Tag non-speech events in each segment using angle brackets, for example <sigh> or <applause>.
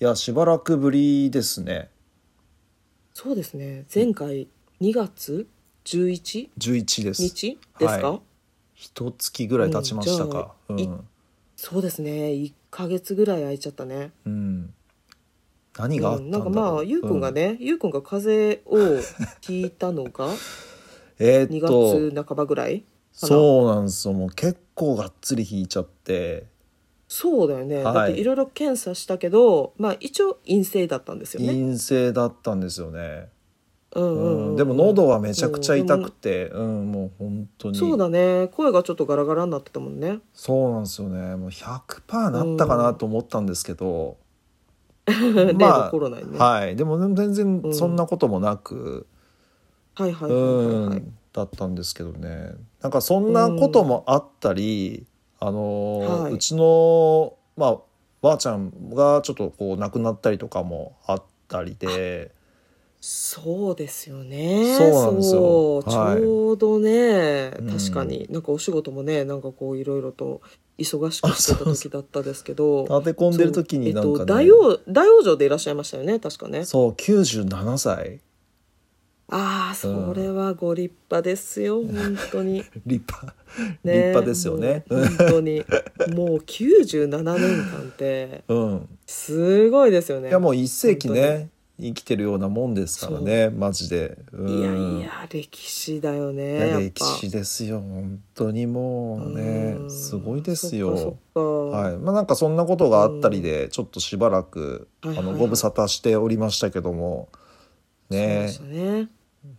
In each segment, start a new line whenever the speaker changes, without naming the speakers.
いや、しばらくぶりですね。
そうですね前回2月11
11です。
日ですか、
はい一月ぐらい経ちましたか。う
うんじゃあ
ん。
そうですね1ヶ月ぐらい空いちゃったね
うん。何があっ
う
た
ん、
ん
な
だ
ん
ろ
か
う。
まあゆうくんが
ん。
ね、ゆうくんが風邪をひいたの
<laughs>
が
え
2
ーっと。
月半ばぐらいかな
そうなんですよ。もう結構がっつり引いちゃって。
そうだよね、
はい
だっていろいろ検査したけどまあ一応陰性だったんですよね、
陰性だったんですよね。
うん
う
うんうん
ん、でも喉はめちゃくちゃ痛くて、うん、もう本当に。
そうだね声がちょっとガラガラになってたもんね
そうなんですよね。もう100パーなったかなと思ったんですけど。
<laughs> 例のコロナにね、
はい、でも全
う
然
ん
そんなこともなく、
はいは
う
いはいはい
ん、
はい
だったんですけどね。なんかそんなこともあったり、あのー、
はいう
ちのまあばあちゃんがちょっとこう亡くなったりとかもあったりで。
そうですよね
そうなんですよ
そう
はい
ちょうどね、
うん
確かになんかお仕事もねなんかこういろいろと忙しくしてた時だったですけど
立て込んでる時になん
そう
か
え
ね
っ、と、大王大往生でいらっしゃいましたよね確かね
そう97歳
ああそれはご立派ですよ、本
<laughs>
当に、ね、
立派、立派ですよね
もう本当にもう97年間って
うん
すごいですよね
いやもう一世紀ね生きてるようなもんですからねマジで、うん、
いやいや歴史だよね
い
や
や
っぱ
歴史ですよ本当にもうね
うん
すごいです
そっ
よ
かそっか
はいまあなんかそんなことがあったりでちょっとしばらくあ
はいはい
のご無沙汰しておりましたけども
そう
ね
でしたね。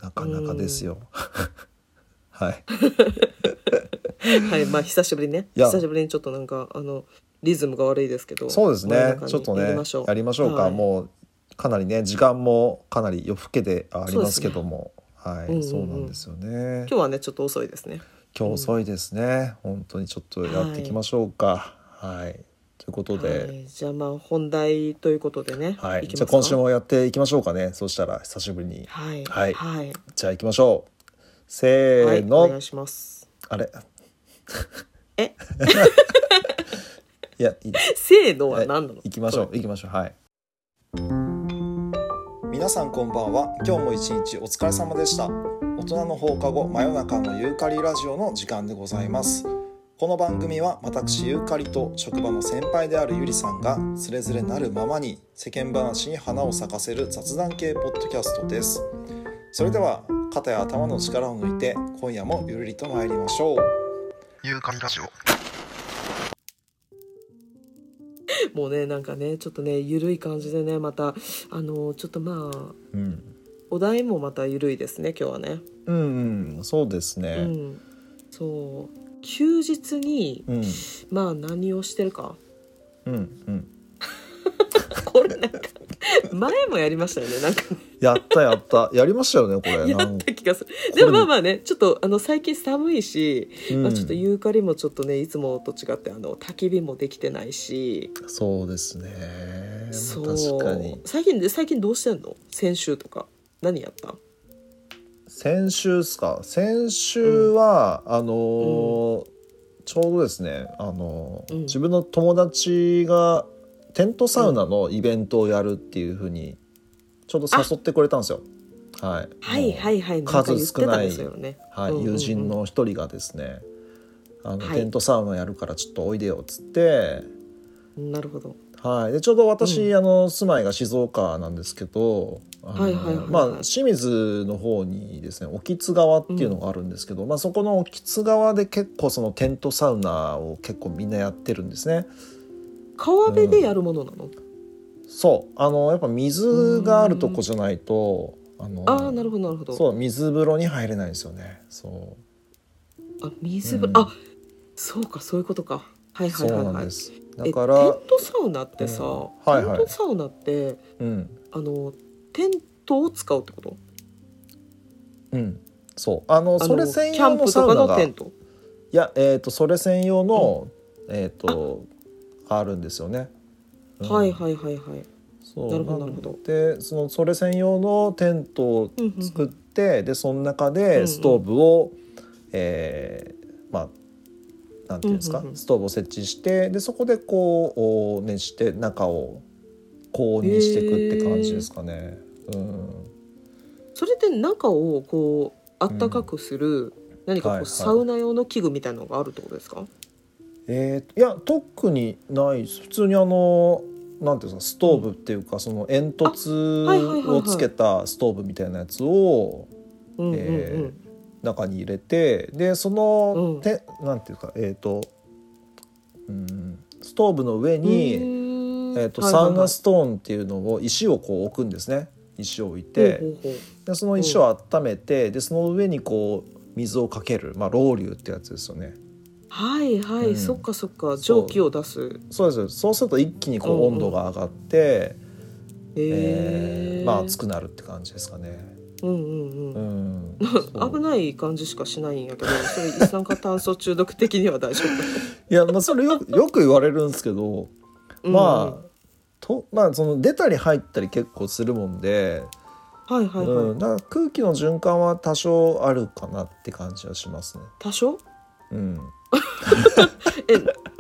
なかなかですよ <laughs> はい
はい、まあ久しぶりね。
いや
久しぶりにちょっとなんかあのリズムが悪いですけど。
そうです
真ん
ね
中に
ちょっとね
やりましょう。
やりましょうか、
はい
もうかなりね時間もかなり夜更けでありますけども、はい、
うんうんうん
そうなんですよね
今日はねちょっと遅いですね。
今日遅いですね、本当にちょっとやっていきましょうかはい、ということ
は
で、
い、じゃあまあ本題ということでね。
はい
いき
じゃあ
ま
今
すか。
週もやっていきましょうかねそしたら久しぶりに
はい
はい
はい、
じゃあ行きましょうせ
はい
ーの、
お願いします。
あれ
え
<laughs> いやいいです
せーのは何なの？
行きましょう行きましょうはい皆さんこんばんは今日も一日お疲れ様でした大人の放課後真夜中のユーカリラジオの時間でございますこの番組は私ユーカリと職場の先輩であるゆりさんがつれづれなるままに世間話に花を咲かせる雑談系ポッドキャストですそれでは肩や頭の力を抜いて今夜もゆるりと参りましょう
ユーカリラジオ。
もうねなんかねちょっとねゆるい感じでねまたあのちょっとまあ
うん、
お題もまたゆるいですね今日はね。
うんうん、そうですね
うん。そう休日に
うん
まあ何をしてるか。
うんうん
これなんか前もやりましたよねなんか
やったやった <laughs> やりましたよねこれ
や
なん
っ
か
た気がする
これ
でもまあまあねちょっとあの最近寒いし、
うん
まあ、ちょっとユーカリもちょっとねいつもと違ってあの焚き火もできてないし
そうですね
そう
確かに
最近最近どうしてんの先週とか何やった
先週ですか先週は、あのーちょうどですねあのー、
うん
自分の友達がテントサウナのイベントをやるっていうふうにちょうど誘ってくれたんですよはい
は
も
い
う
はいはいなんか言
数
って
少
た
なんい
ですよね
はい、
うんうんうん
友人の一人がですねあの、
はい
テントサウナやるからちょっとおいでよっつって
なるほど
はい、でちょうど私、あの住まいが静岡なんですけどあの
はいはいはいはい
まあ清水の方にですね興津川っていうのがあるんですけど、まあ、そこの興津川で結構そのテントサウナを結構みんなやってるんですね。
川辺でやるものなの、
そうあのやっぱ水があるとこじゃないとあの
ああなるほどなるほど
そう水風呂に入れないんですよね。そう
あ水風
うん
呂、あそうかそういうことかはいはい
そ
は
う
い
な
は
ん
い
です。だ
え
から
テントサウナってさ、
うんはいはい
テントサウナって
うん
あのテントを使うってこと
うんそうあの
あ
それ
の
専
キャ
用
ン
の
プ
サ
と
ウ
か
ナ
の
が
テント
いや、えっ、と、それ専用の、えっ、と、あるんですよね。うん
はいはいはいはい
そう
なるほどなるほど
で、その、それ専用のテントを
うんうん
作って、で、その中
うんう
で
ん
ストーブを。えーまあ。なんていうんですか、
うんうんうん
ストーブを設置してでそこでこうお熱して中を高温にしていくって感じですかね。うん、
それで中をこうあったかくする何かこう、
はいはい
サウナ用の器具みたいなのがあるってことですか
えーいや特にないです普通にあのなんていうんですかストーブっていうか、その煙
はいはいはい
突
はい
をつけたストーブみたいなやつを
うんうんうん、
え中に入れてでその、
うん
てなんていうかえっ、と、うん、ストーブの上に、えーとサウナストーンっていうのを石をこう置くんですね石を置いて、でその石を温めてでその上にこう水をかける、まあ、ロウリュってやつですよね
はいはい、
うん
そっかそっ
そ
か
う
蒸気を出す
そうですよそうすると一気にこ
うん
う
うん
温度が上がって、
えー
えーまあ熱くなるって感じですかね。
うんうん
う
うん <laughs>
ん、
危
い
ない感じしかしないんや
<laughs>
けどそれ一酸化炭素中毒的には大丈
いや、まあ、それよよく言われるんですけど、
夫
まあとまあその出たり入ったり結構するもんで、
あ、うん、はいはいはい、
うん、だから空気の循環は多少あるかなって感じはしますね。
多少
うん、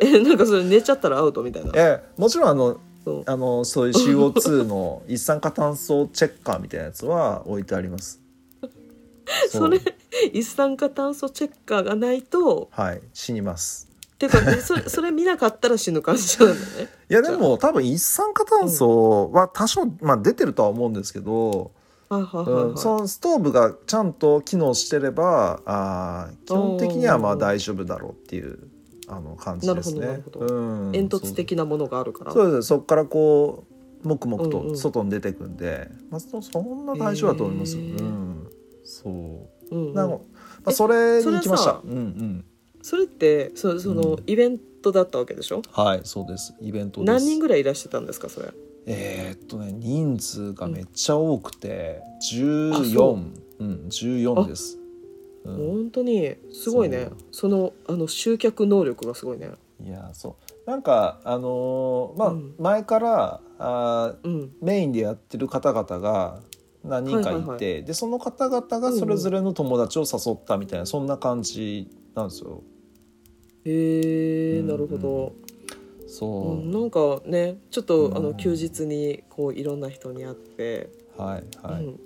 え <laughs> なんかそれ寝ちゃったらアウトみたいな
えもちろんあの
そう
あのそういう CO2
<laughs>
の一酸化炭素チェッカーみたいなやつは置いてあります。
そうれ一酸化炭素チェッカーがないと
はい死にます。
て
<laughs>
かでそれそれ見なかったら死ぬ感じなんだね
いやでも多分一酸化炭素は多少、まあ、出てるとは思うんですけど、
はいはいはい、はい
うん、そのストーブがちゃんと機能してればあー基本的にはまあ大丈夫だろうっていうあの感じです
な
ね
る。ほどなる
うん
煙突的なものがあるから
そうそうですそこからこうもくもく
うんう
と
ん
外に出てくんで、まあ、そそんな大丈夫だと思いますよ。
へ
う
ー
ん、そう
うんうん
なんか、まあ、
え
それに行きまし
それ
た
はさ。
うんうん、
それってそその、
うん
イベントだったわけでしょ
はいそうですイベントです。
何人ぐらいいらしてたんですかそれ
えーっとね人数がめっちゃ多くて
あそ
14うん14です、うん、
本当にすごいねそのあの集客能力がすごいね
いやそうなんかあのーまあ、
うん
前からあー
うん
メインでやってる方々が何人かいて、
はいはい
でその方々がそれぞれの友達を誘ったみたいな、そんな感じなんですよ
へえ
うん
なるほど、う
そう、
んなんかねちょっと、
うん
あの休日にこういろんな人に会って、
はいはい、
うん <laughs>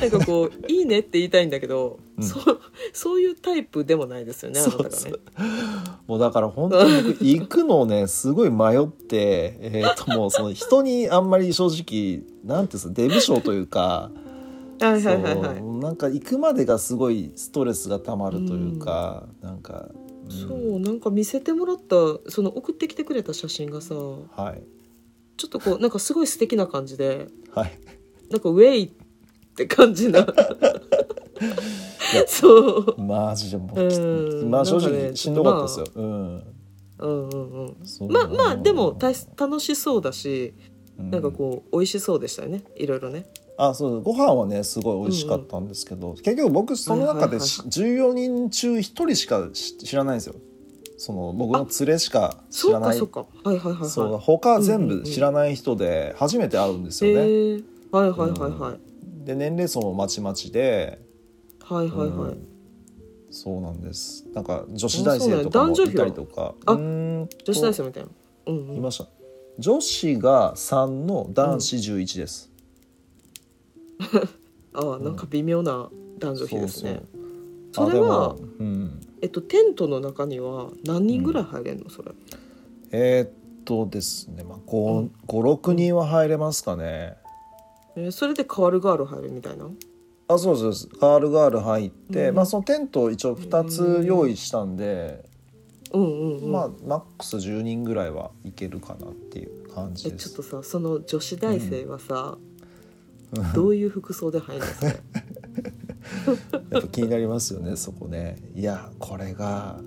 なんかこう「いいね」って言いたいんだけど、
うん
そうそういうタイプでもないですよねあなたが
そ
ね
う。もうだから本当に僕行くのをねすごい迷ってえーっともうその人にあんまり正直なんていうんですかデブ症というか
はいはいはいはい。
そうなんか行くまでがすごいストレスがたまるというか、なんか、うん
そうなんか見せてもらったその送ってきてくれた写真がさちょ
はい
っとこうなんかすごい素敵な感じで
はい
なんかウェイって感じな
や
<laughs> そう
マジでもうき、
うん
まあ正
なんかね
直しんどかったですよ、
うんうんうん
うんそう
まあまあでもたし楽しそうだし
う
なんかこう美味しそうでしたよねいろいろね
あそうご飯はねすごい美味しかったんですけど、結局僕その中でし
は
14人中1人しかし知らないんですよその僕の連れしか知
そ
ら
うか
ない
そうかはいはいはいはい
そう他は全部知らない人で初めて会うんです
へ
よね、
えはいはいはいはい、
で年齢層もまちまちで、
はいはいはい、
うんそうなんですなんか女子大生とか
あ
も
そうなんや男女
い
比
た
は
りとか
あ
うーんと
女子大生みたいなうん
い
うん
ました女子が3の男子11です、
ああなんか微妙な男女比ですね
そうそう
それは
あでもうん、
えっとテントの中には何人ぐらい入れんのそれ、
えーっとですね、まあ、
う
5
ん
五6人は入れますかね
えーそれでカールガール入るみたいな
あそうですそうですガールガール入って、
うん
まあ、そのテントを一応2つ用意したんで、
うんうんうん、
まあマックス10人ぐらいはいけるかなっていう感じ
え
で
ちょっ
す
とさその女子大生はさ、どういう服装で入るんですか
やっぱ気になりますよ
<laughs>
ねそこねいやこれが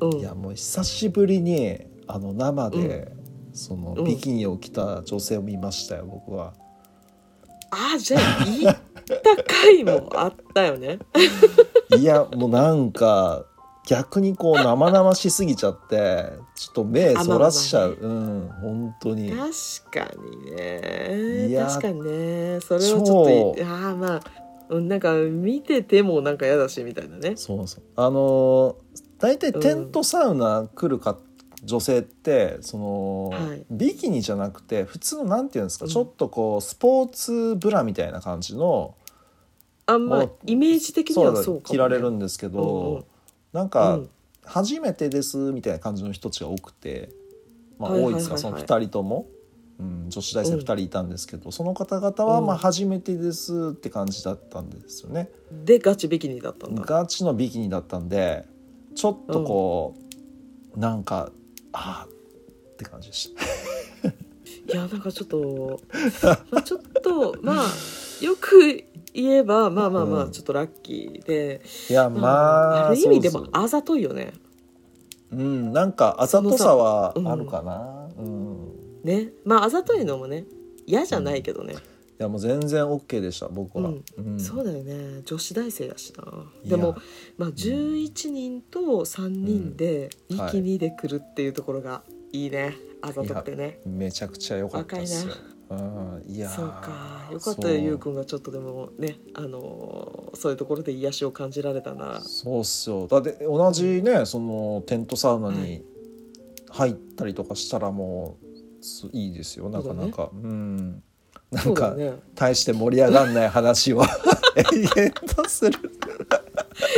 う
<laughs>
ん
いやもう久しぶりにあの生で、その
うん
ビキニを着た女性を見ましたよ僕は。
あじゃあ行った回もあったよね
いやもうなんか逆にこう生々しすぎちゃってちょっと目そらしちゃう、うん本当に
確かに
い
ね
や
確かにねそれはちょっ
超
とああまあうんなんか見ててもなんか嫌だしみたいなね
そうそうあのー大体テントサウナ来るか、女性ってその、
はい
ビキニじゃなくて普通のなんていうんですか、
うん
ちょっとこうスポーツブラみたいな感じの
あんま
も
あ
う
イメージ的に
そう
は
だ
そうかも、ね、
着られるんですけど、
うんうん
なん
う
か、
ん
初めてですみたいな感じの人たちが多くて、まあ、
はいは
多
い
い
はい
で
はい
すが、その2人とも、うん、女子大生2人いたんですけど、その方々は
うん
まあ初めてですって感じだったんですよね。
でガチビキニだったんだ
ガチのビキニだったんでちょっとこう、なんかあーって感じでした。
いやなんかちょっとまあちょっとまあよく言えばまあまあまあ
うん
ちょっとラッキーで、
いや
ま
まあ
あ、ある意味で
そう
も
そう
あざといよね
うん、なんかあざとさは
そのさ
あるかな。うん
ねまああざといのもね嫌じゃないけどね、
いやもう全然 OK でした僕は、
うん
うん
そうだよね女子大生だしない
や
でも、まあ、11人と3人で
うん
ビ
はい
キニで来るっていうところがいいねあざとくてね
めちゃくちゃ良かったですよ。うん、いやー
そうかよかった
そう
よゆうくんがちょっとでもねあのーそういうところで癒しを感じられたな
そうっすよだって同じねそのテントサウナに入ったりとかしたらもうすいいですよなかなかう,、んな
そ
ん
うだ
か、
ね
大して盛り上がんない話
<laughs>
を永遠とする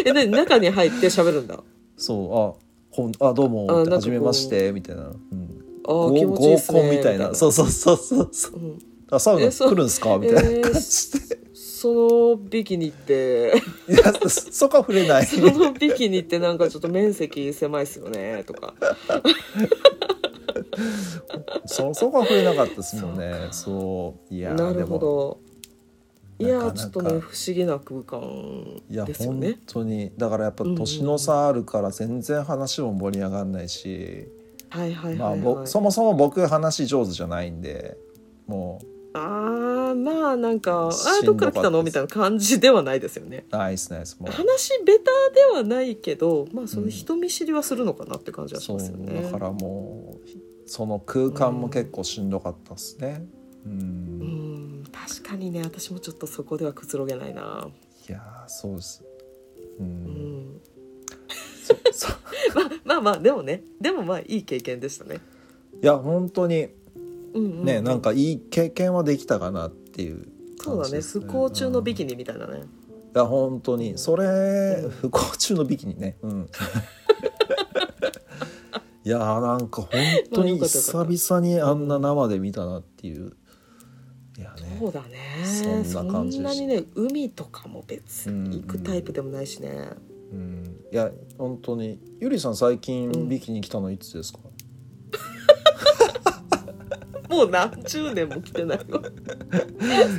え何中に入って喋るんだ
そうあほんあどうも
あなんかこう
初めましてみたいな、うん、
あー
合
気持ちいいっすね
合コンみたいなそうそうそうそうそう
うん、
あサウナ
えそ
来
う
るんすかみたいな感
えー
じで、
そのビキニって <laughs>
いやそそこは触れない
そのビキニってなんかちょっと面積狭いっすよねとか
そ <laughs> そこは触れなかったですもんねそういやー
なる
で
ほ
も
どいやー
なかなか
ちょっとね不思議な空間
いや、
ですよね
本当にだからやっぱ
うんうんうん
年の差あるから全然話も盛り上がんないし、
はいはい
ま
は
あ
い、
ぼ
はい
そもそも僕話上手じゃないんでも
あーまあなんか「あ
し
ー
ん
ど
ど
っか
かった
ら来たの?」
で
み
す
たいな感じではないですよね
うナイスナイスもう
話ベタではないけどまあその人見知りはするのかなって感じはし
そう
ますよね、
だからもうその空間も結構しんどかったですね。うん
うーん確かにね私もちょっとそこではくつろげないな、
いやーそうです。うん
うん、 <laughs>
そそ
まあまあまあでもねでもまあいい経験でしたね、
いや本当に
うんうんうん
ね、なんかいい経験はできたかなっていう
そうだ
感じで
ね
す
不
ね
幸中のビキニみたいな
い
ね、
や本当にそれ、
うん
不幸中のビキニねうん
<laughs>
いやーなんか本当に
まあよかったよかった
久々にあんな生で見たなっていういやね
そうだね
そ
そ
ん
ん
な感じで
な
した
にね海とかも別に行くタイプでもないしね、
うんいや本当にゆりさん最
う
近
ん
ビキニ来たのいつですか、
もう何十年も来てないわ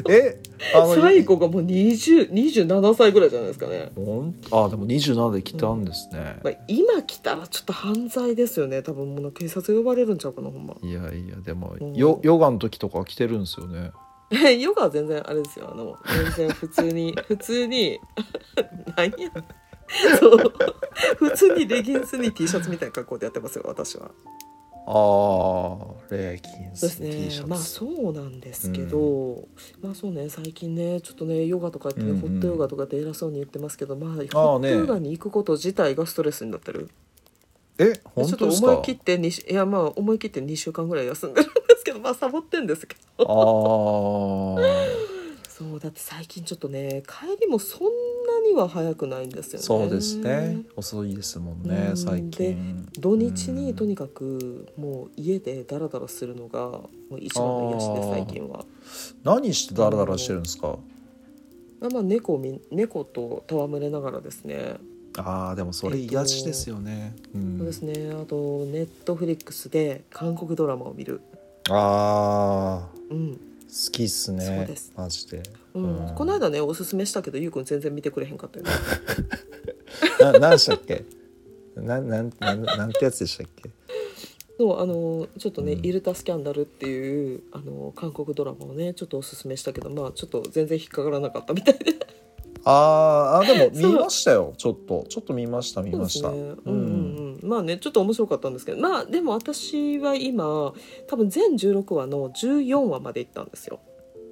えあの
最後がもう20 27歳ぐらいじゃないですかね、
ほんあでも27で来たんですね、
まあ、今来たらちょっと犯罪ですよね多分もう警察呼ばれるんちゃうかなほんま <laughs>
いやいやでも、
うん
よヨガの時とか来てるんですよね
ヨガは全然あれですよあの全然普通に
<laughs>
普通に <laughs> 何やそう普通にレギンスに T シャツみたいな格好でやってますよ私は
ああレーキン
そう
スの T
で
シャ
すね
ツ、
まあそうなんですけど、まあそうね最近ねちょっとねヨガとか言って、ね
うんうん
ホットヨガとかって偉そうに言ってますけどまあホッ
あ
ト
ね
ヨガに行くこと自体がストレスになってる
え本
ちょ
当
っと
です
思
か
い切ってにいやまあ思い切って2週間ぐらい休んでるんですけど <laughs> まあサボってんですけど
ああ
<laughs> そうだって最近ちょっとね帰りもそんなには早くないんですよね
そうですね遅いですもんね
うん
最近
土日にとに
か
かくもう家でダラダラするのがもう一番の癒し
あ
で
ー
最近は
く何してダラダラしてるんですか
まあまあ猫を見猫と戯れながらですね、
あーでもそれ
えっと
癒しですよねうん
そうですねあとネットフリックスで韓国ドラマを見る、
あー
うん
好きっす
そう
ね
です
マジで
うん
うん
この間ねおすすめしたけどゆうくん全然見てくれへん
<laughs>
かったよね
な何したっけななんなんなんてやつでしたっけ
そうあのちょっとね、
うん
イルタスキャンダル」っていうあの韓国ドラマをねちょっとおすすめしたけどまあちょっと全然引っかからなかったみたいで
あーあでも
そう
見ましたよちょっとちょっと見ました見ました
そうですね、
う
うんんうんうん、まあねちょっと面白かったんですけどまあでも私は今多分全16話の14話まで行ったんですよ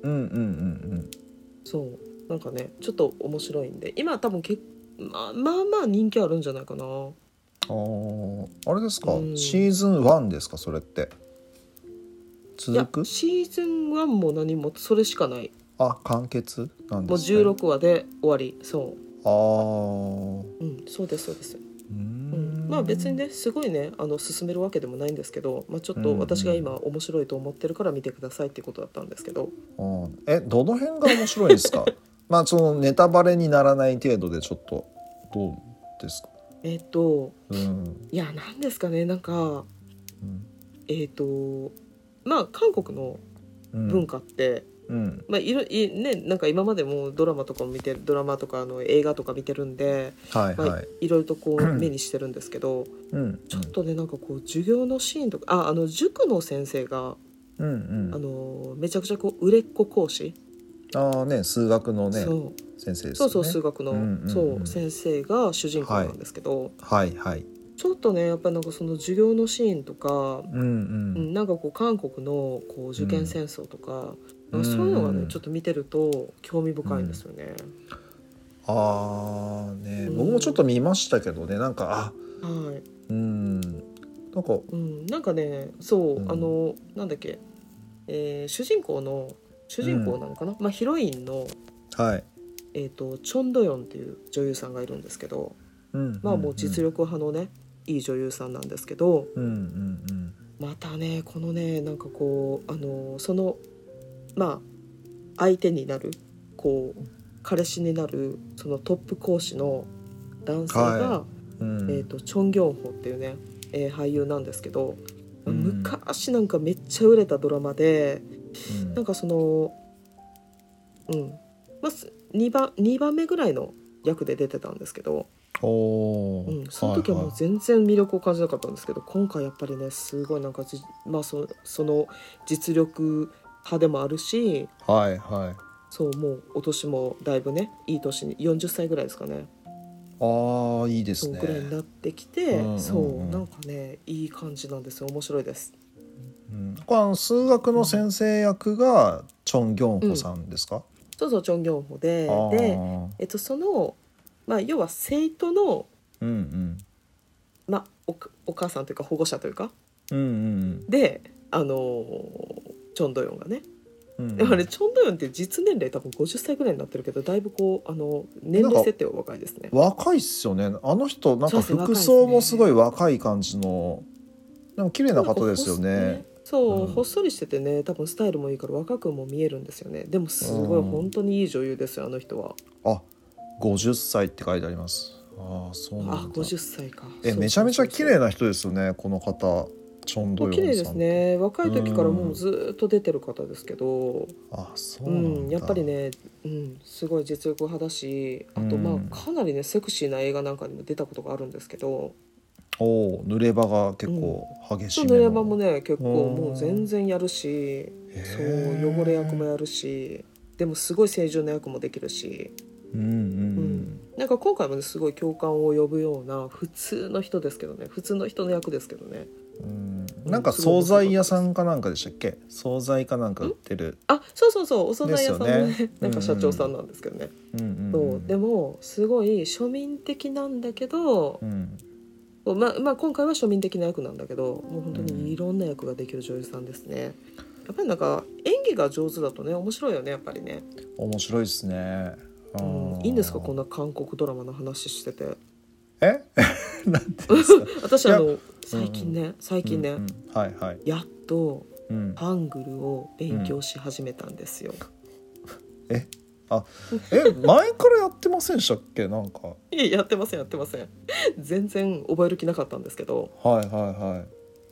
うんうんうん
そうなんかねちょっと面白いんで今多分けまあまあまあ人気あるんじゃないか
う
な
んあーあれですか、
うん
シーズン1ですかそれって
いや
続く
シーズン1も何もそれしかない
あ完結なん
も
で
う
すね
16話で終わりそ
あー
ううんそうですそうです、
うー
うんん、まあ別にねすごいねあの進めるわけでもないんですけど、まあ、ちょっと私が今面白いと思ってるから見てくださいっていうことだったんですけど
うんえどの辺が面白いです
<laughs>
かまあそのネタバレにならない程度でちょっとどうですか
えっ、と
うん
いや何ですかねなんか
うん
えっ、とまあ韓国の
うん
文化って、
うん
まあいろいねなんか今までもドラマとかも見てドラマとかあの映画とか見てるんで、
はい
まあ
はいい、、
ろいろとこう
うん
目にしてるんですけど、
うん
ちょっとねなんかこう授業のシーンとかああの塾の先生が
うんうん
あのめちゃくちゃこう売れっ子講師、
ああね数学のね
そう
先生です
そ
よ
う
ね
そう数学の、
うんうんうん
そう先生が主人公なんですけど、
はいはい
ちょっとねやっぱりなんかその授業のシーンとか、
うんうん
うんなんかこう韓国のこう受験戦争とか、
うん
なんかそういうのが
うん
ねちょっと見てると興味深いんですよね。
ああね、
うん
僕もちょっと見ましたけどねなんかあ
はい、
うんなんか
うん、なんかねそう、
うん
あのなんだっけ、えー主人公の主人公なのかな、まあヒロインの
はい、
えー、とチョン・ドヨンっていう女優さんがいるんですけど、
うん
まあ、もう実力派のね、いい女優さんなんですけど
うんうんうん
またねこのねなんかこうあのそのまあ相手になるこう彼氏になるそのトップ講師の男性が、
はうんうん
えー、とチョン・ギョンホっていうね、えー俳優なんですけど、
うん
昔なんかめっちゃ売れたドラマで
うん
なんかそのうんまず2番2番目ぐらいの役で出てたんですけど、
お
う
ー
ん、その時はもう全然魅力を感じなかったんですけど今回やっぱりねすごいなんかじ、まあ、そその実力派でもあるし
はいはい、はい
そうもうお年もだいぶねいい年に40歳ぐらいですかね
はい、ああいいです
そう
ね
ぐらいになってきて、
うんうんうん
そうなんかねいい感じなんですよ面白いです。
うん、これあの数学の先生役がチョン・ギョンホさんですか、
そうそうチョン・ギョンホで
ああ
で、
うん
えっと、その、まあ、要は生徒の、
うん
まあ、おお母さんというか保護者というか
うんうん
であのーチョン・ドヨンがね、
うんうん
でもあれチョン・ドヨンって実年齢多分50歳ぐらいになってるけどだいぶこうあの年齢設定は若いですね。
若いっすよねあの人なん
そう
か
ですね
服装もすごい若い感じのなんか綺麗な方ですよ
なんか
ね
こうそう、
うん
ほっそりしててね多分スタイルもいいから若くも見えるんですよねでもすご
う
い
ん
本当にいい女優ですよあの人は、
あ50歳って書いてありますああそうな
あ
んだ
50歳か
え
そう
めちゃめちゃ綺麗
そう
な人ですよねこの方チョン・ド
そう
ヨン
綺
さん
麗ですね若い時からも
うん
うずーっと出てる方ですけど、
あそう
う
なんだ、
ん、やっぱりね、うん、すごい実力派だしあと
うん
まあかなりねセクシーな映画なんかにも出たことがあるんですけど
おお濡れ場が結構激し
そ
い
の映画もね結構
うん
もう全然やるしそ
へー
う汚れ役もやるしでもすごい清純な役もできるし
うんうん
なんか今回もねすごい共感を呼ぶような普通の人ですけどね普通の人の役ですけどね
うん、うん、なんか惣菜屋さんかなんかでしたっけ惣菜かなんか売ってる
あそうそうそうお惣菜屋さんのね
ですよね
なんか社長さんなんですけどね、
うんうん
そうでもすごい庶民的なんだけど
う、ん
まあまあ、今回は庶民的な役なんだけどもう本当にいろんな役ができる女優さんですね、やっぱりなんか演技が上手だとね面白いよねやっぱりね、
面白いですねあ
う
ー
ん、いいんですかこんな韓国ドラマの話してて
えなんてですか
私
いや
あの最近ね、最近ね、
うんうんはいはい、
やっと
うん、
ハングルを勉強し始めたんですよ、
え前からやってませんでしたっけなんかはい
ややってませんやってません全然覚える気なかったんですけど、
いはいは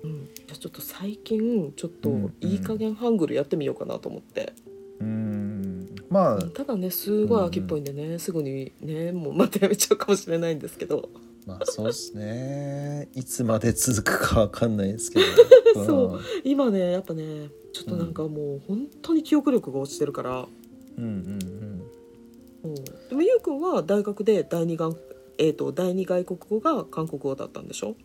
い
うん、じゃあちょっと最近ちょっと
うん
いい加減ハングルやってみようかなと思って、
うんまあ
ただねすごい秋っぽいんでね、すぐにねもうまたやめちゃうかもしれないんですけど、 <laughs>
まあそうですねいつまで続くかわかんないです
<laughs>
けど
そう今ねやっぱねちょっとなんかもう本当に記憶力が落ちてるから、
うんうん
うんでもゆうくんは大学で第二眼えー、と第二外国語が韓国語だったんでしょ、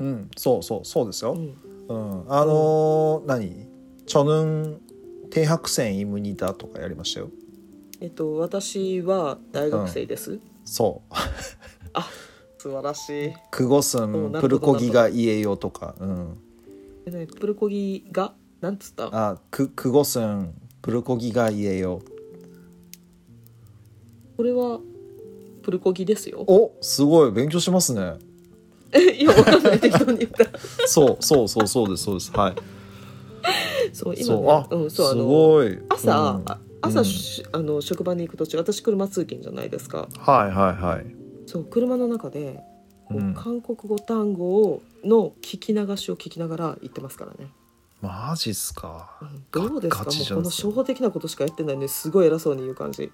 うんうんそうそうそうです
う
よ、
ん、
うん、あのー何チョヌン低白線イムニタとかやりましたよ
えっ、と私は大学生です、
そう
あ素晴らしい
クゴス
そう
ン
なるほど
プルコギが言えよとか、うん、
えねプルコギがなんつった
あククゴスンプルコギが言えよ
これはプルコギです <laughs> よ
おすごい勉強しますね
えいやわかんない適当に言った
そうそうそうそうですそうですはい
そう今
そう
ね
あ、
うん、
す
そうあの
ごい
朝、
うん
あ朝、
うん
しあの職場に行く途中私車通勤じゃないですか
はいはいはい
そう車の中で、こう
うん
韓国語単語をの聞き流しを聞きながら言ってますからね、
マジっすか
うんどうですか
ガチじゃ
も
ん
うこの初歩的なことしかやってないのにすごい偉そうに言う
<laughs>
感じもう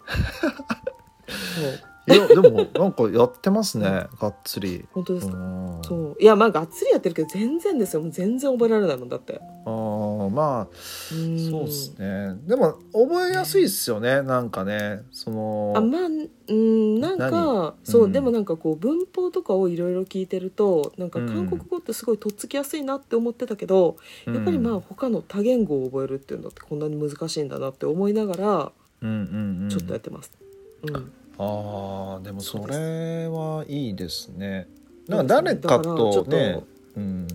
いやでもなんかやってますねがっつり
本当ですか、
ん
そういやまあがっつりやってるけど全然ですよもう全然覚えられないもんだって
あーまあ
そう
そうっすねでも覚えやすいっすよねなんかねその
あまあうんなんか
何
そう、
うん
でもなんかこう文法とかをいろいろ聞いてるとなんか
うん
韓国語ってすごいとっつきやすいなって思ってたけど、やっぱりまあ他の多言語を覚えるっていうのってこんなに難しいんだなって思いながら
うんうんうん
ちょっとやってます。うん
あーでもそれはいいですね
そうですね
なんか誰か
だ
と
からちょっ
ね
と
うん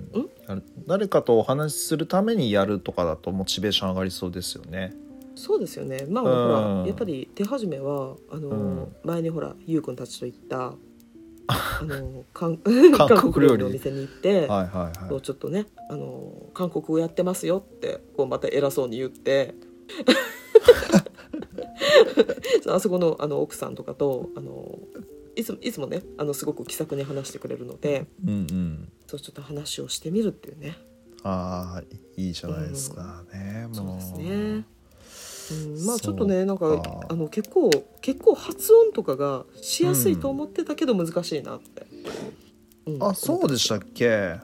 やる誰かとお話しするためにやるとかだとモチベーション上がりそうですよね
そうですよねまあ
うん
ほらやっぱり手始めはあの、
うん
前にほらゆうくんたちと
<laughs>
行ったあの韓
韓
韓
国
国
料
料
理
理のお店に行っ
は
て、
いはい
そ
は
うちょっとねあの韓国語やってますよってこうまた偉そうに言って
<laughs>
そうあそこのあの奥さんとかとあのいつもいつもねあのすごく気さくに話してくれるので
いうんうん
そうちょっと話をしてみるっていうね
あーいいじゃないですかね
そう
も
ですね。うん、まあちょっと
そ
ねなんか
うか
あの結構結構発音とかがしやすいと思ってたけど難しいなって、うん
あそうでしたっけ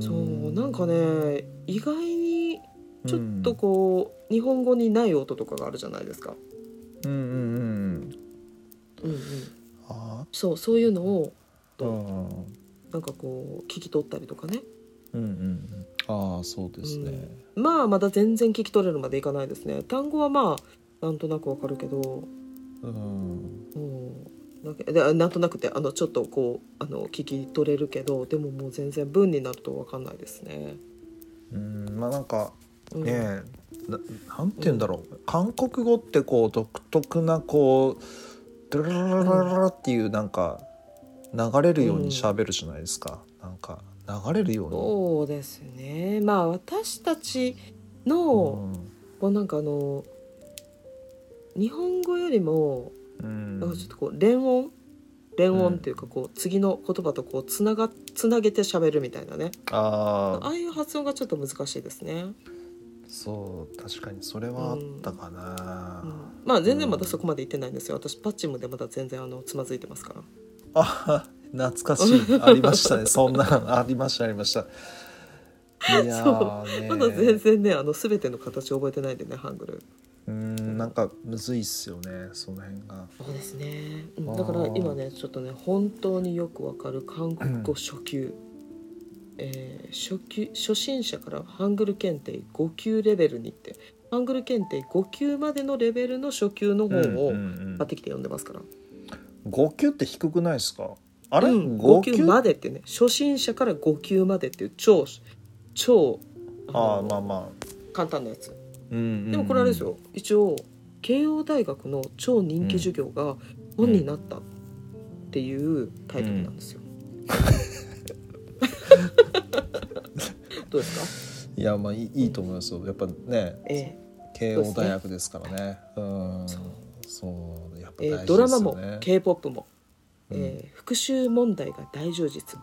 そうなんかね意外にちょっと
こ
こう、日本語にない音とかがあるじゃないですか。
うんうんうん
うんうん、
あ
そうそういうのを
ーうん
なんかこう聞き取ったりとかね
うんうんああそうですね、
まあまだ全然聞き取れるまでいかないですね単語はまあなんとなくわかるけど
うん、
うんなんかでなんとなくてあのちょっとこうあの聞き取れるけどでももう全然文になるとわかんないですね。
うん、まあなんか
うん
ねえ、ななんて言うんだろう、韓国語ってこう独特なこうドゥルルルルルルルっていうなんか流れるように喋るじゃないですか、なんか流れるよう
そうですねまあ私たち
に
の、こうなんかあの日本語よりも
うん、う
なん
ん
かちょっとこう連音連音っていうかこう次の言葉とこうつながつなげて喋るみたいなね
あ
あ
あ
あいう発音がちょっと難しいですね、
そう確かにそれはあったかな、
うんまあ全然まだそこまで行ってないんですよ私パッチムでまだ全然あのつまずいてますから
あ懐かしいありました
<laughs>
ねそんなのありましたありましたいやーね
まだ全然ねあの全ての形覚えてないんでねハングル
うんなんかむずいっすよねその辺が
そうですね、
あー
だから今ねちょっとね本当によくわかる韓国語初級、えー初級初心者からハングル検定5級レベルにってハングル検定5級までのレベルの初級の本を
うんうんうん
買ってきて読んでますから、
5級って低くないですかあれ、
うん
5
5
級
級までってね初心者から5級までっていう超超
ああ
の
まあま
簡単なやつ
あ、うんうんうん
でもこれあれですよ一応慶応大学の超人気授業が本になったっていうタイトルなんですよ。どうですか？
いやまあいいいいと思いますよやっぱね
え
慶
そ
応
うですね
大学ですからねうん
そう
そうやっぱ
ーえー
大
ド
事
ラ
です
マ
よ
も
ね、
K-POP も、
うん
えー復習問題が大充実、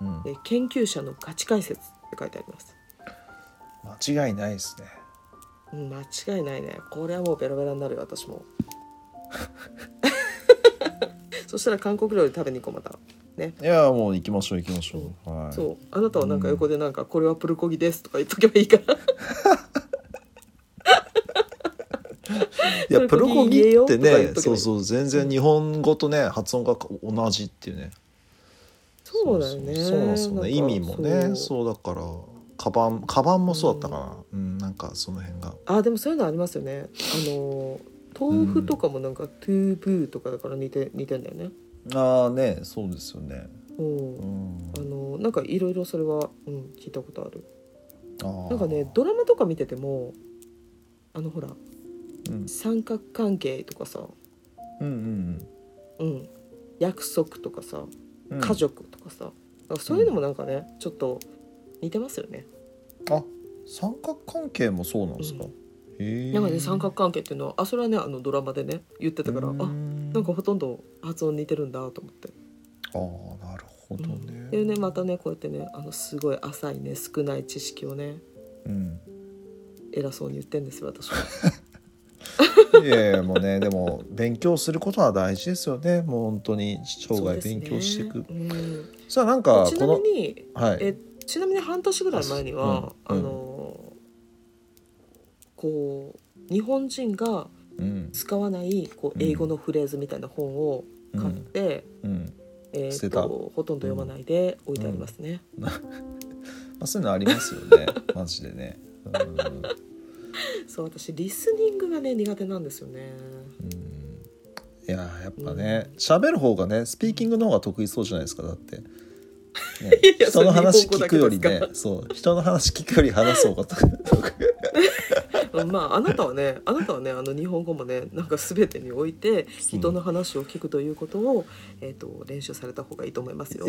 うん
えー研究者のガチ解説って書いてあります。
間違いないですね
うん間違いないね。これはもうベラベラになるよ私
<laughs>
も。そしたら韓国料理食べに行こうまた。
いやもう行きましょう行きましょう、はい、
そうあなたはなんか横でなんか「これはプルコギです」とか言っとけばいいから
いやプ
プ
ル
ル
コ
コ
ギ
ギ
っ
言えよ
て
とか言
ね
っと
そ
けばいうい
そう全然日本語とね発音が同じっていうね
そうだよね
<laughs> そうそうなんですよね意味もね
そう
そうだからカバンカバンもそうだったかなうん、なんかその辺が
あでもそういうのありますよねあのー豆腐とかもなんか「トゥーブー」とかだから似て似てんだよね
ああねそうですよね
うん
うん
あのなんかいろいろそれは、うん、聞いたことある
あー
なんかねドラマとか見ててもあのほら
うん
三角関係とかさ、
うんうん
うん、約束とかさ
うん
家族とかさ、なんかそういうのもなんかね、ちょっと似てますよね。
あ三角関係もそうなんですか、
うん
へえ
なんかね三角関係っていうのはあそれはねあのドラマでね言ってたからあな
なん
かほとんど発音似てるんだと思って。
あーなるほどね、
でねまたねこうやってねあのすごい浅いね少ない知識をね
うん
偉そうに言ってんですよ私は。
いやいやもうねでも勉強することは大事ですよねもう本当に生涯勉強してい
そ
く
うですねうん
さあなんか
ち
こ
なみ
の
に
はい
えちなみに半年ぐらい前には
あ
あ,、
うん
のこう日本人が
うん
使わないこ
う
う
ん
英語のフレーズみたいな本を
う
買っ
ん
て、
うん
えー
捨てた
とほとんど読まないで置いてありますね。
まあ、そういうのありますよ
<laughs>
ねマジでねうんうん
そう私リスニングがね苦手なんですよね。
いややっぱね喋る方がねスピーキングの方が得意そうじゃないですかだって、ね
<laughs> いや
人の話
それ
聞くより
日本
ね
語だけ
そう人の話聞くより話そうが得意
うんまああなた
<laughs>
はねあなたはねあの日本語もねなんか全てにおいて <laughs> 人の話を聞くということを、えー、と練習された方がいいと思いますよ。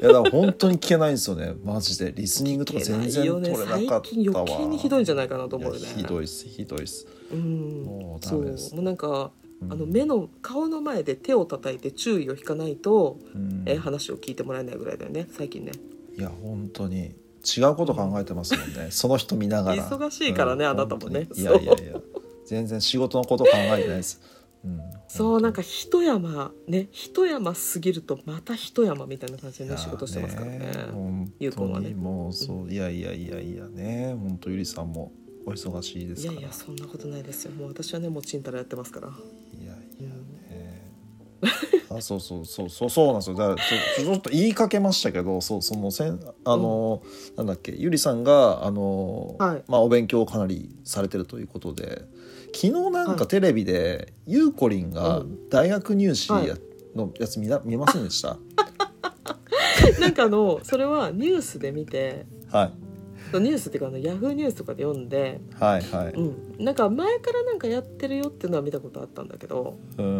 いやだから本当に聞けないんですよねマジでリスニングとか全然取れなかっ
聞けないよね
たわ
最近余計にひどいんじゃないかなと思うよね
いやひどいっすひどいっす
うん、
もう
そ
ダ
う
メ
も
です
うなんかあの
うん
目の顔の前で手を叩いて注意を引かないと、
うん
えー話を聞いてもらえないぐらいだよね最近ね
いや本当に違うこと考えてますもんねその人見ながら
忙しいからねあなたも
本
ね
当にいやいやいや全然仕事のこと考えてないです、うん、
そうなん
か
か一山ね一山過ぎるとまた一山みたいな感じでね仕事してますからね
本
ゆう
当
くんは
に
ね
もうそういやいやいやいやね本当ゆりさんもお忙しいで
い
す
や
から
いやそんなことないですよもう私はねもうちんたらやってますから
いやいやねあそうそうそうそうそうなんですよだからちょちょっと言いかけましたけどそうそのせんあの、なんだっけゆりさんがあの、
はい
まあ、お勉強をかなりされてるということで昨日なん
は
か
い
テレビで、ゆうこりんが
う
大学入試や、
はい
のやつ見な見ませんでした <laughs>
なんかあのそれはニュースで見て
はい
ニュースっていうかあのヤフーニュースとかで読んで、
はいはい、
うん、なんか前からなんかやってるよっていうのは見たことあったんだけど
うんう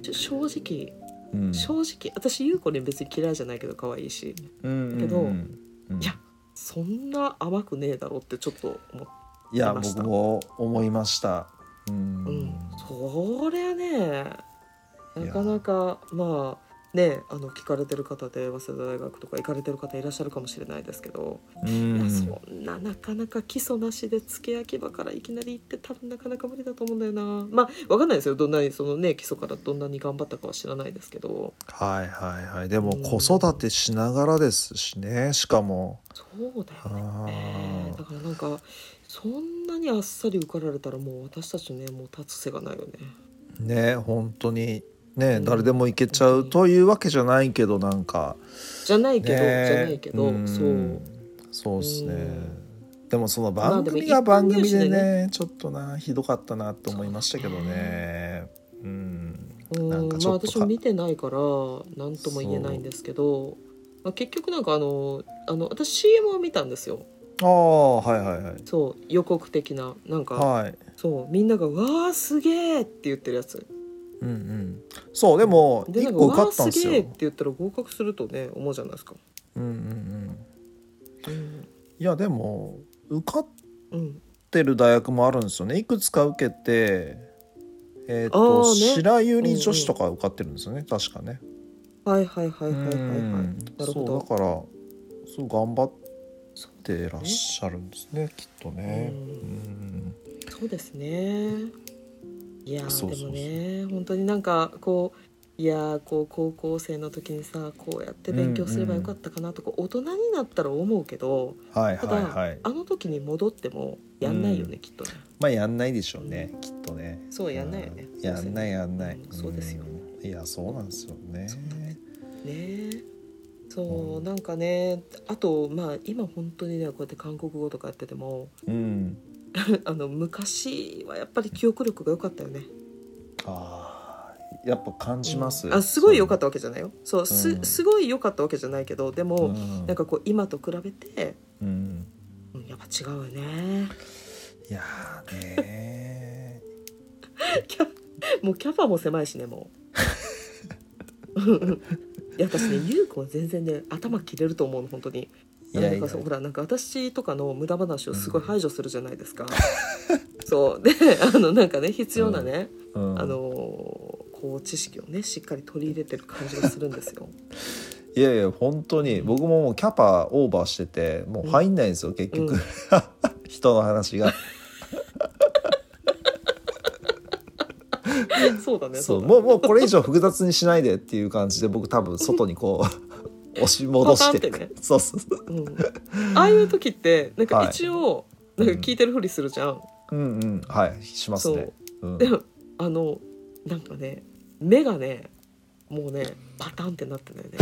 ん
ちょ正直
うん
正直私優子に別に嫌いじゃないけど可愛いし
うん
けど
うんうん
いやそんな甘くねえだろってちょっと思っ
いや
思いました
僕も思いましたうん、
た、うん、そりゃね
い
な
や
かなかまあねあの聞かれてる方で早稲田大学とか行かれてる方いらっしゃるかもしれないですけど、
うん
いやそんななかなか基礎なしで付け焼き場からいきなり行って多分なかなか無理だと思うんだよなまあわかんないですよどんなにそのね基礎からどんなに頑張ったかは知らないですけど
はいはいはいでも子育てしながらですしねしかも
そうだよね
あ
ねえだ
ー
からなんかそんなにあっさり受かられたらもう私たちねもう立つ瀬がないよね
ね本当にね、
うん
誰でも行けちゃうというわけじゃないけどなんか
じゃな
ね
いけど、じゃないけど、
うん
そう
そうですね、
うん
でもその
まあ
番
でも
組が番組
一般
でね,、
入試で
ちょっとなひどかったなって思いましたけどねうん
うん
なんかち
まあ
ょっと
私も見てないから何とも言えないんですけど、まあ、結局なんかあのあの私 CM を見たんですよ
ああはいはいはい
そう予告的ななんか、
はい
そうみんなが「わあすげえ!」って言ってるやつ
うんうんそうでも
でな
一
んか「
個受
わ
か
あ
ったん
す
です
げえ!」っ
よ
て言ったら合格するとね思うじゃないですか。
うんうんうん
うん
いやでも受かっ
うん
ってる大学もあるんですよねいくつか受けてえっ、
あ
と、
ーね
白百合女子とか受かってるんですよね、確かね。
はいはいはいはいはいは
う
い。
ん
な
そ
るほ
う
ど
だからそう頑張ってらっしゃるんですねきっとね。
う
うんん
そうですね。いやー
そうそうそう
でもね本当になんかこういやーこう高校生の時にさこうやって勉強すればよかったかなとか、大人になったら思うけど
はい
ただ、
はいはい。
あの時に戻ってもやんないよね、きっとね。
まあやんないでしょうね、きっとね。
そうやんないよね
うんやんないやんない。
うんそうですよ
うんいやそうなんですよね。
ねえそう、
うん
なんかねあとまあ今本当にねこうやって韓国語とかやってても <laughs>
うん。
あの昔はやっぱり記憶力が良かったよね。
ああやっぱ感じます、
あすごい良かったたわけじゃないよそう
う
す
ん
すごい良かったわけじゃないけどで
うん
も、なんかこう今と比べて、
うん
うん、やっぱ違うよね
いやーね
キャ <laughs> もうキャパも狭いしねもうい <laughs> や私ね優子は全然ね頭切れると思うの本当に
ーいや
ないん
や
かそうほらなんか私とかの無駄話をすごい排除するじゃな
<laughs>
いですか、そうであのなんかね必要なね、 <laughs>
うん
あのーこう知識をねしっかり取り入れてる感じがするんです
<laughs>
よ
いやいや本当に僕ももうキャパオーバーしててもう入んないんですよ、結局、
うん
<laughs> 人の話
<laughs>
が
そうだね
そう
だね
もうもうこれ以上複雑にしないでっていう感じで僕多分外にこう
<laughs>
押し戻して
パタンって
そうそうそう
うん、ああいう時ってなん
は
か
い
一応、なんか聞いてるふりするじゃん、
うんうんはいします
そ
ね
う
うん
でもあのなんかね目がねもうねパタンってなってんだよ
<laughs>
ね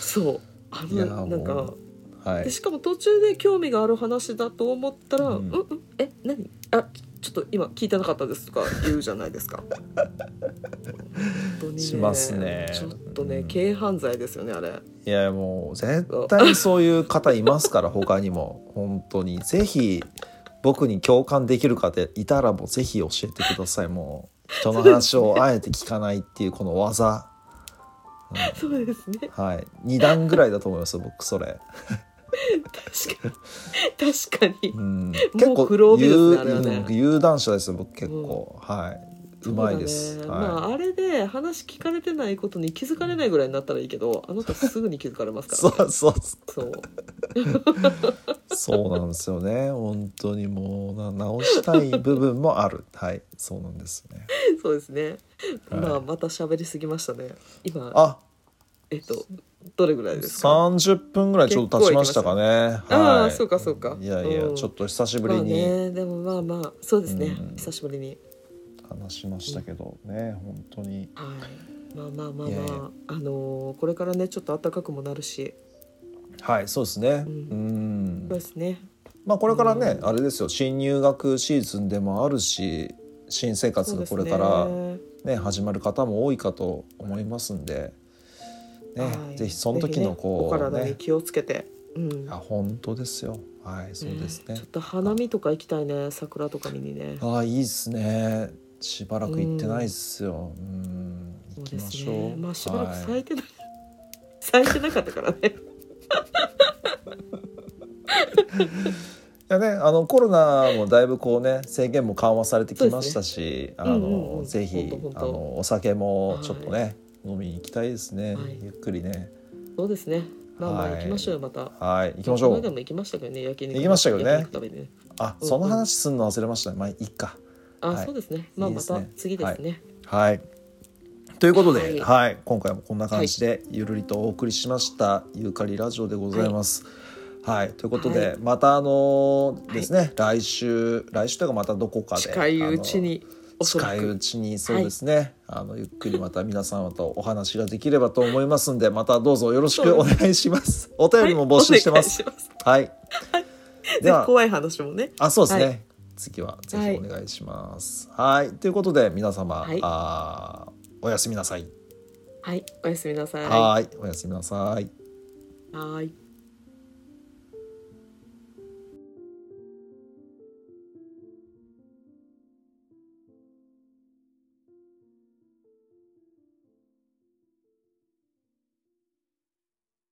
そうあ
いや
のなん
も
か
うは
で
い
しかも途中で興味がある話だと思ったら「
う
うんんうんえ何あちょっと今聞いてなかったです」とか言うじゃないですか。本当にね
しますね
ちょっとね、
うん
軽犯罪ですよねあれ。
いやもう絶対そういう方いますから他にも <laughs> 本当にぜひ僕に共感できる方いたらもうぜひ教えてくださいもう人の話をあえて聞かないっていうこの技
そうですね
はい2段ぐらいだと思います僕それ、
確かに確かに
う。ん、
もう黒帯ですねあれはね
有うん有段者ですよ僕結構、はいうまいです、
そうだ
は
ね
い、
まああれで話聞かれてないことに気づかれないぐらいになったらいい
<laughs>
けどあの人すぐに気づかれますか
そ
ら、ね、
うそう
そう
そうなんですよね本当にもうな直したい部分もあるはいそうなんですね
そうですね、
はい
まあまた喋りすぎましたね今
あ
えっとどれぐらいですか
30分ぐらいちょっと経ちましたかね
あ
は
あ
い
そうかそうか
いやいや
うん
ちょっと久しぶ
ま
り
あ
に
ねでもまあまあそうですね、
うん
久しぶりに
話しましたけどね本当に
はいまあまあまあまあ
いやいや
あのーこれからねちょっと暖かくもなるし
はいそうですねう
うん
ん
そうですね
まあこれからね
う
あれですよ新入学シーズンでもあるし新生活
そう
が
です
こ
ね
れからね始まる方も多いかと思いますんで
は
ね
い
ぜひその時
ぜひ
の
ね
こ
お
う
体に
ね
気をつけて、うん
あ本当ですよはいそうですね
ちょっと花見とか行きたいね桜とか見にね
ああいいですねしばらく行ってないっすようん
そ
行
う
き
で
ますしょ
ね
う
まあしばらく
は
咲
い
いてない、 <laughs> 咲いてなかったからね
いやね、あのコロナもだいぶこうね制限も緩和されてきましたし、あの、
うんうんうん
ぜひ
ほんとほんと
あのお酒もちょっとね、飲みに行きたいですね、
はい
ゆっくりね
そうですねまあまあ
はい
行きましょうよまた
はい行きましょ
この間
う
も行きましたけどね焼肉
行きましたよね
焼肉食べにね
あ
うん
その話すんの忘れましたねまあいいっか
あ、
はい
そうですねまあ
いいで
ます
ね
た次ですね
はいということで、は
はいい
今回もこんな感じでゆるりとお送りしました、ゆうかりラジオでございます。はい、ということで、
はい
またあのーですね、来週来週というかまたどこかで
近いうちにおそ
近
ら
いう
く
ちにそうですね、あのゆっくりまた皆様とお話ができればと思いますんでまたどうぞよろしくお願いしますお便りも募集してます
はいお願いします
はい、で
ぜひ
は
怖い話もね
あそうですね、
は
次はぜひお願いしますはいということで皆様、
はい
あーおやすみなさい
はいおやすみなさい
はいおやすみなさい
はい